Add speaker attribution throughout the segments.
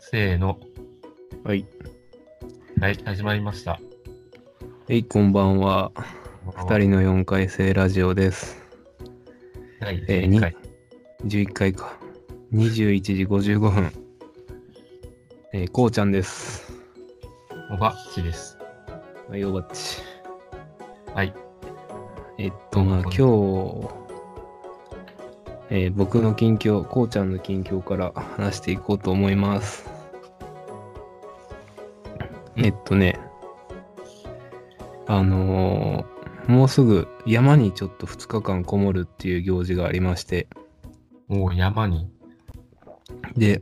Speaker 1: せーの。
Speaker 2: はい。
Speaker 1: はい、始まりました。
Speaker 2: はい、こんばんは。二人の4回生ラジオです。
Speaker 1: 第
Speaker 2: えー
Speaker 1: 11回。
Speaker 2: 11回か。21時55分。えー、こうちゃんです。
Speaker 1: おばっちです。
Speaker 2: はい、おばっち。
Speaker 1: はい。
Speaker 2: えっと、まあ、今日、えー僕の近況、こうちゃんの近況から話していこうと思います。えっとね、あのーもうすぐ山にちょっと2日間こもるっていう行事がありまして、
Speaker 1: おー山に。
Speaker 2: で、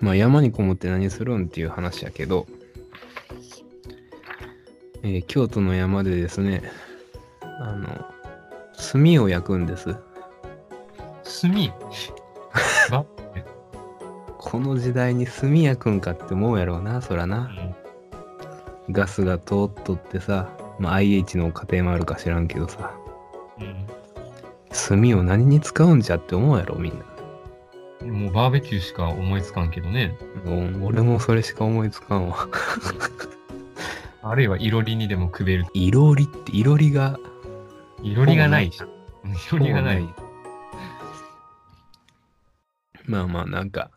Speaker 2: まあ、山にこもって何するんっていう話やけど、えー京都の山でですね、あの、炭を焼くんです。
Speaker 1: 炭 ば、
Speaker 2: この時代に炭焼くんかって思うやろうな、そら
Speaker 1: う
Speaker 2: な。
Speaker 1: ん
Speaker 2: ガスが通っとってさ、まあ、IH の家庭もあるか知らんけどさ、炭を何に使うんじゃって思うやろ、みんな。
Speaker 1: うんもうバーベキューしか思いつかんけどね。
Speaker 2: もう俺もそれしか思いつかんわ。
Speaker 1: あるいはいろりにでもくべる。
Speaker 2: いろりって、いろりが、
Speaker 1: いろりがない。い
Speaker 2: ほ
Speaker 1: ろりがない。
Speaker 2: ほぼ まあまあなんか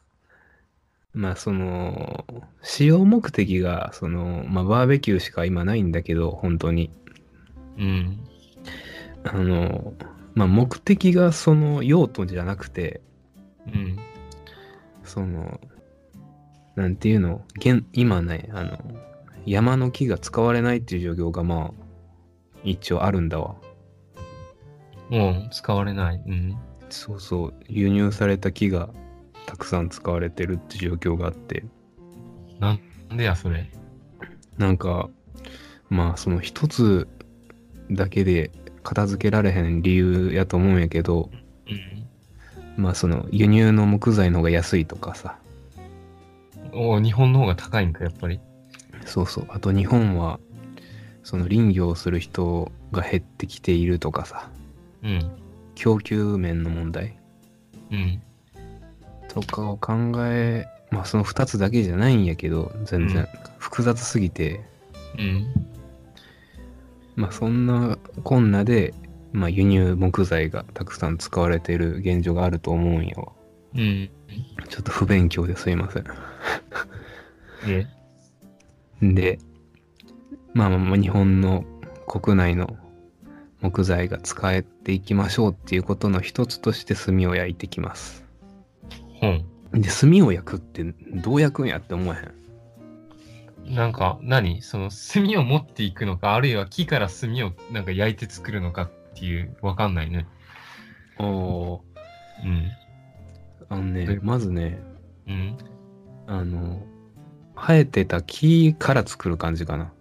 Speaker 2: まあその使用目的がそのまあバーベキューしか今ないんだけど本当に
Speaker 1: うん。
Speaker 2: あのまあ目的がその用途じゃなくて
Speaker 1: うん。
Speaker 2: そのなんていうの現今ねあの山の木が使われないっていう状況がまあ一応あるんだわ
Speaker 1: もう使われない。うん。
Speaker 2: そうそう輸入された木がたくさん使われてるって状況があって
Speaker 1: なんでや、それ。
Speaker 2: なんかまあその一つだけで片付けられへん理由やと思うんやけど
Speaker 1: うん。
Speaker 2: まあその輸入の木材の方が安いとかさ
Speaker 1: おー日本の方が高いんか、やっぱり。
Speaker 2: そうそうあと日本はその林業をする人が減ってきているとかさ
Speaker 1: うん。
Speaker 2: 供給面の問題
Speaker 1: うん。
Speaker 2: とかを考えまあその2つだけじゃないんやけど全
Speaker 1: うん
Speaker 2: 然複雑すぎて、
Speaker 1: うん。
Speaker 2: まあそんなこんなで、まあ、輸入木材がたくさん使われている現状があると思うんやわ
Speaker 1: うん。
Speaker 2: ちょっと不勉強ですいませ
Speaker 1: で、
Speaker 2: ん。で、まあまあまあ日本の国内の木材が使えていきましょうっていうことの一つとして炭を焼いてきます。
Speaker 1: 本。
Speaker 2: で、炭を焼くってどう焼くんやって思えへん。
Speaker 1: なんか何その炭を持っていくのかあるいは木から炭をなんか焼いて作るのかっていうわかんないね
Speaker 2: お
Speaker 1: うん
Speaker 2: あのね
Speaker 1: で、
Speaker 2: まずね、
Speaker 1: うん
Speaker 2: あの、生えてた木から作る感じかな。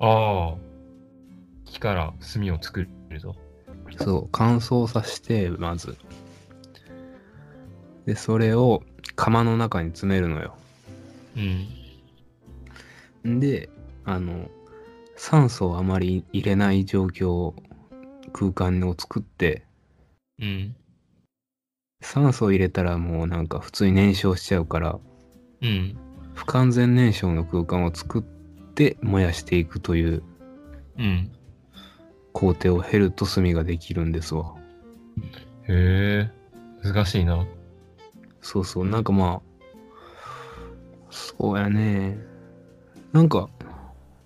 Speaker 1: ああ木から炭を作ると
Speaker 2: そう、乾燥させて、まず。で、それを釜の中に詰めるのよ。
Speaker 1: うん
Speaker 2: であの酸素をあまり入れない状況空間を作って
Speaker 1: うん
Speaker 2: 酸素を入れたらもうなんか普通に燃焼しちゃうから
Speaker 1: うん
Speaker 2: 不完全燃焼の空間を作って燃やしていくという
Speaker 1: うん
Speaker 2: 工程を経ると炭ができるんですわ
Speaker 1: へえ難しいな
Speaker 2: そうそうなんかまあそうやねなんか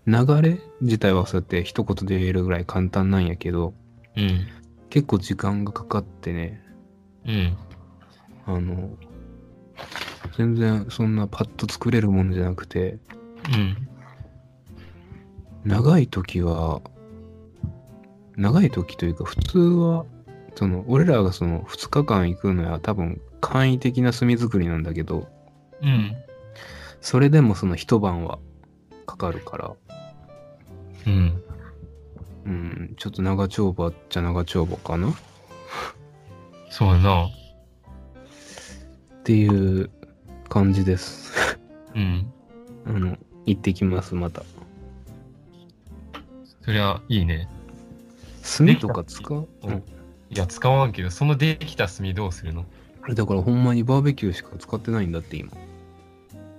Speaker 2: 流れ自体はそうやって一言で言えるぐらい簡単なんやけど
Speaker 1: うん
Speaker 2: 結構時間がかかってね
Speaker 1: うん
Speaker 2: あの、全然そんなパッと作れるもんじゃなくて、
Speaker 1: うん
Speaker 2: 長い時は、長い時というか普通は、その、俺らがその2日間行くのは多分簡易的な炭作りなんだけど、
Speaker 1: うん
Speaker 2: それでもその一晩はかかるから、
Speaker 1: うん
Speaker 2: うん、ちょっと長丁場っちゃ長丁場かなっ
Speaker 1: そうやな
Speaker 2: ていう感じです。
Speaker 1: うん
Speaker 2: あの、行ってきます、また。
Speaker 1: そりゃいいね
Speaker 2: 炭とか使う、
Speaker 1: うんいや使わんけどそのできた炭どうするの
Speaker 2: だからほんまにバーベキューしか使ってないんだって今。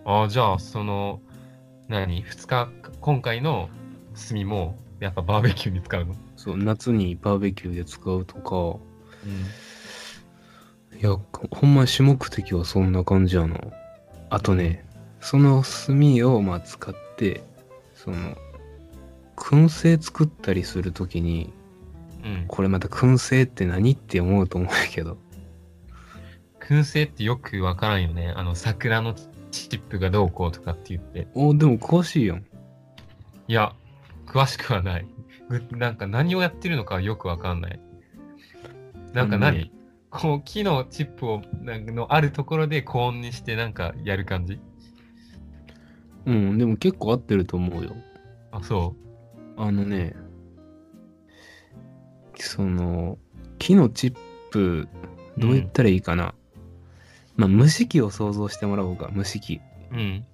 Speaker 1: ああ、じゃあ、その、何 ?2 日、今回の炭も、やっぱバーベキューに使うの。
Speaker 2: そう、夏にバーベキューで使うとか、いや、ほんま主目的はそんな感じやな。あとね、その炭をまあ使って、その、燻製作ったりするときに、
Speaker 1: うん。
Speaker 2: これまた燻製って何って思うと思うけど、
Speaker 1: 燻製ってよくわからんよね。あの、桜のチップがどうこうとかって言って。
Speaker 2: お、でも詳しいやん。
Speaker 1: いや、詳しくはない。ぐなんか何をやってるのかはよくわかんない。なんか何、
Speaker 2: うん
Speaker 1: こう木のチップをなんかのあるところで高温にしてなんかやる感じ
Speaker 2: うん、でも結構合ってると思うよ。
Speaker 1: あ、そ
Speaker 2: あのね、その、木のチップ、どう言ったらいいかな。まあ、蒸し器を想像してもらおうか、蒸し器。
Speaker 1: う。うん。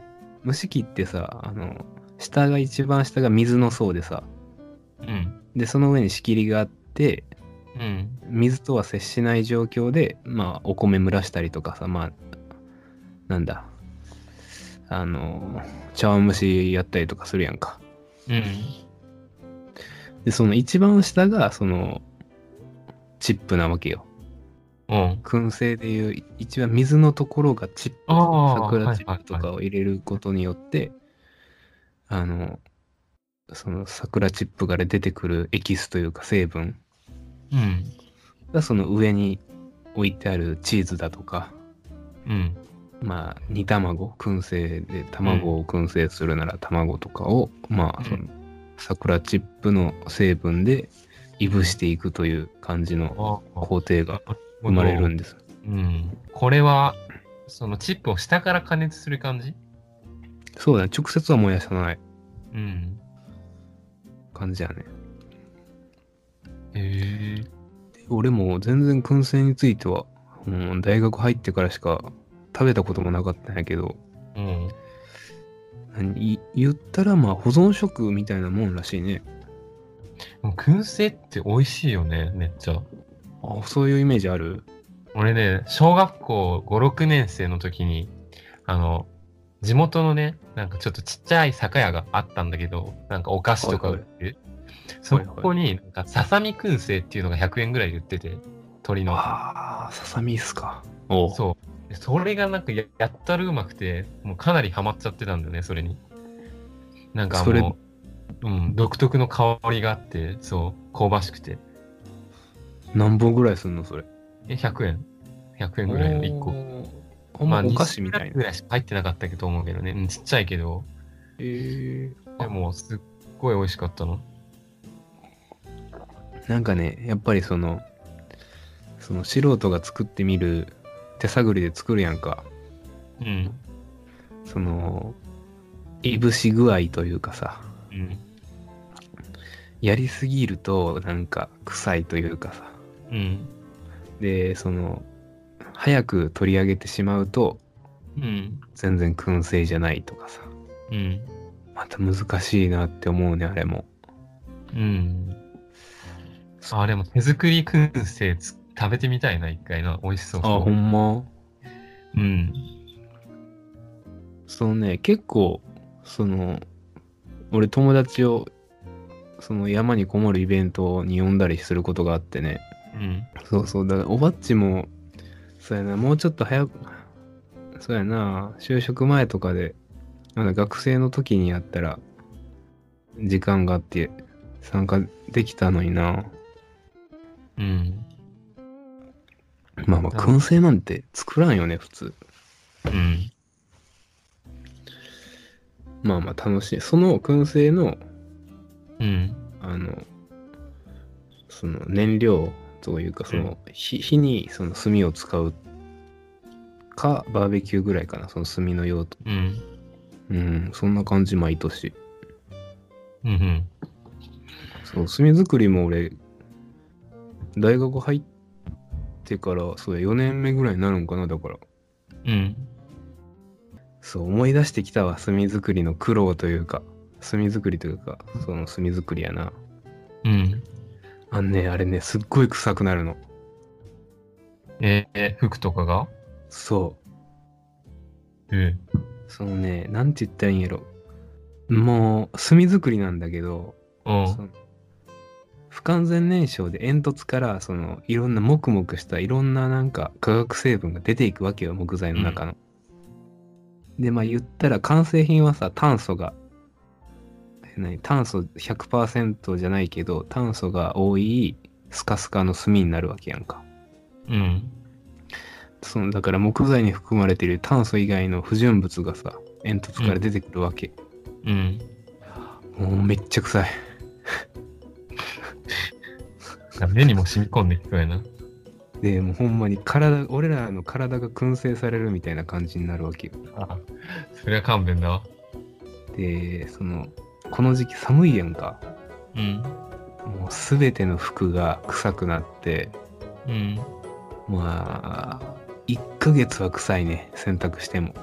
Speaker 2: 蒸し器ってさ、あの、下が一番下が水の層でさ、
Speaker 1: うん。
Speaker 2: で、その上に仕切りがあって、
Speaker 1: うん。
Speaker 2: 水とは接しない状況で、まあ、お米蒸らしたりとかさ、まあ、なんだ、あの、茶碗蒸しやったりとかするやんか。
Speaker 1: うん。
Speaker 2: でその一番下がそのチップなわけよ
Speaker 1: うん。
Speaker 2: 燻製でいう一番水のところがチップ
Speaker 1: あー
Speaker 2: 桜チップと
Speaker 1: はいはい
Speaker 2: かを入れることによって、あのその桜チップから出てくるエキスというか成分
Speaker 1: うん。
Speaker 2: がその上に置いてあるチーズだとか
Speaker 1: うん。
Speaker 2: まあ煮卵燻製で卵を燻製するなら卵とかを、まあその桜チップの成分でいぶしていくという感じの
Speaker 1: あ
Speaker 2: 工程が生まれるんです。
Speaker 1: うん。これは、そのチップを下から加熱する感じ
Speaker 2: そうだね、直接は燃やさない
Speaker 1: うん。
Speaker 2: 感じやね。
Speaker 1: へえ
Speaker 2: で俺も全然燻製については、うん、大学入ってからしか食べたこともなかったんやけど、
Speaker 1: うん。
Speaker 2: 何い言ったらまあ保存食みたいなもんらしいね。
Speaker 1: でも燻製って美味しいよね、めっちゃ。
Speaker 2: あそういうイメージある
Speaker 1: 俺ね、小学校5、6年生の時に、あの、地元のね、なんかちょっとちっちゃい酒屋があったんだけど、なんかお菓子とか売ってる。そこに、なんかささみ燻製っていうのが100円ぐらいで売ってて、鳥の。
Speaker 2: ああ、ささみっすか。おう
Speaker 1: そう。それがなんかややったらうまくて、もうかなりハマっちゃってたんだよね、それに。なんか
Speaker 2: それ
Speaker 1: もう、うん、独特の香りがあって、そう、香ばしくて。
Speaker 2: 何本ぐらいすんのそれ。
Speaker 1: え、100円 ?100 円ぐらいの1個。
Speaker 2: お。ほんまお菓子みたい
Speaker 1: 20ぐ
Speaker 2: な。
Speaker 1: らいしか入ってなかったけど思うけどね。うんちっちゃいけど、
Speaker 2: えー
Speaker 1: でもすっごい美味しかったの。
Speaker 2: なんかね、やっぱりその、その素人が作ってみる手探りで作るやんか。
Speaker 1: うん。
Speaker 2: その、いぶし具合というかさ、
Speaker 1: うん。
Speaker 2: やりすぎるとなんか臭いというかさ。
Speaker 1: うん。
Speaker 2: で、その、早く取り上げてしまうと
Speaker 1: うん。
Speaker 2: 全然燻製じゃないとかさ。
Speaker 1: うん。
Speaker 2: また難しいなって思うね、あれも。
Speaker 1: うん。あ、でも手作り燻製つ食べてみたいな、一回な。美味しそうそう。
Speaker 2: あ、ほんま。
Speaker 1: うん。
Speaker 2: そのね、結構、その、俺友達を、その山にこもるイベントに呼んだりすることがあってね。
Speaker 1: うん。
Speaker 2: そうそう、だからおばっちも、そうやな、もうちょっと早く、そうやな、就職前とかで、まだ学生の時にやったら、時間があって参加できたのにな。
Speaker 1: うん。
Speaker 2: まあまあ、燻製なんて作らんよね、普通。
Speaker 1: うん。
Speaker 2: まあまあ、楽しい。その燻製の
Speaker 1: うん。
Speaker 2: あの、その燃料というか、その火,、火にその炭を使うか、バーベキューぐらいかな、その炭の用途。
Speaker 1: うん。
Speaker 2: うん、そんな感じ、毎年。
Speaker 1: うん。
Speaker 2: そう、炭作りも俺、大学入ってから、そうや、4年目ぐらいになるんかな、だから。
Speaker 1: うん。
Speaker 2: そう、思い出してきたわ、炭作りの苦労というか、炭作りというか、その炭作りやな。
Speaker 1: うん。
Speaker 2: あんね、あれね、すっごい臭くなるの。
Speaker 1: えー、服とかが
Speaker 2: そう。
Speaker 1: うん。
Speaker 2: そのね、なんて言ったらいいんやろ。もう、炭作りなんだけど、
Speaker 1: うん。
Speaker 2: その不完全燃焼で煙突から、その、いろんなもくもくしたいろんななんか化学成分が出ていくわけよ、木材の中の。で、まあ言ったら完成品はさ、炭素が、え何炭素100%じゃないけど、炭素が多いスカスカの炭になるわけやんか。
Speaker 1: うん。
Speaker 2: そのだから木材に含まれている炭素以外の不純物がさ煙突から出てくるわけ、
Speaker 1: うん。
Speaker 2: もうめっちゃ臭い
Speaker 1: 目にも染み込んでいくよな。
Speaker 2: でもうほんまに体俺らの体が燻製されるみたいな感じになるわけよ
Speaker 1: ああそれは勘弁だわ。
Speaker 2: でそのこの時期寒いやんか
Speaker 1: うん。
Speaker 2: もう全ての服が臭くなって
Speaker 1: うん。
Speaker 2: まあ1ヶ月は臭いね洗濯しても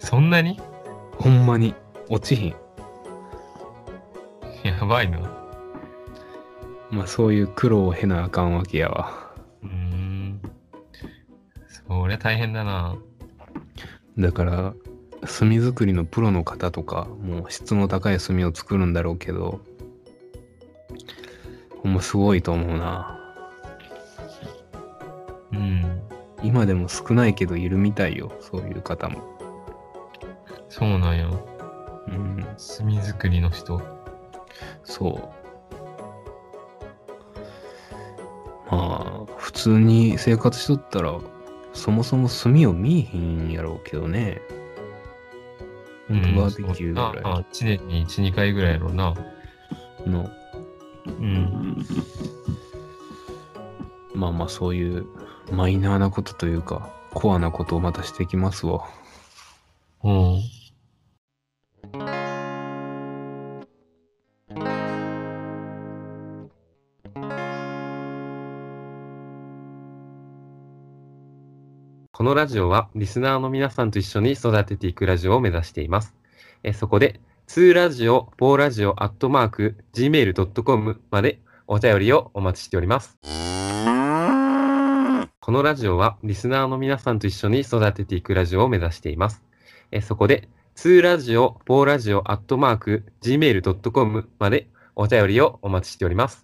Speaker 1: そんなに
Speaker 2: ほんまに落ちひん
Speaker 1: やばいな。
Speaker 2: まあそういう苦労を経なあかんわけやわ
Speaker 1: うーん。そりゃ大変だな。
Speaker 2: だから炭作りのプロの方とかもう質の高い炭を作るんだろうけどほんますごいと思うな
Speaker 1: うん。
Speaker 2: 今でも少ないけどいるみたいよそういう方も
Speaker 1: そうなんや。
Speaker 2: うん
Speaker 1: 炭作りの人。
Speaker 2: そうまあ普通に生活しとったらそもそも炭を見えひんやろうけどねほんとバーベキュー
Speaker 1: あ
Speaker 2: ぐら
Speaker 1: あ、1年に1、2回ぐらいやろうな。
Speaker 2: いの
Speaker 1: うん。
Speaker 2: まあまあそういうマイナーなことというかコアなことをまたしてきますわ
Speaker 1: うん。このラジオはリスナーの皆さんと一緒に育てていくラジオを目指しています。えそこで、2ラジオ、4ラジオ、アットマーク、gmail.com までお便りをお待ちしております。このラジオはリスナーの皆さんと一緒に育てていくラジオを目指しています。えそこで、2ラジオ、4ラジオ、アットマーク、gmail.com までお便りをお待ちしております。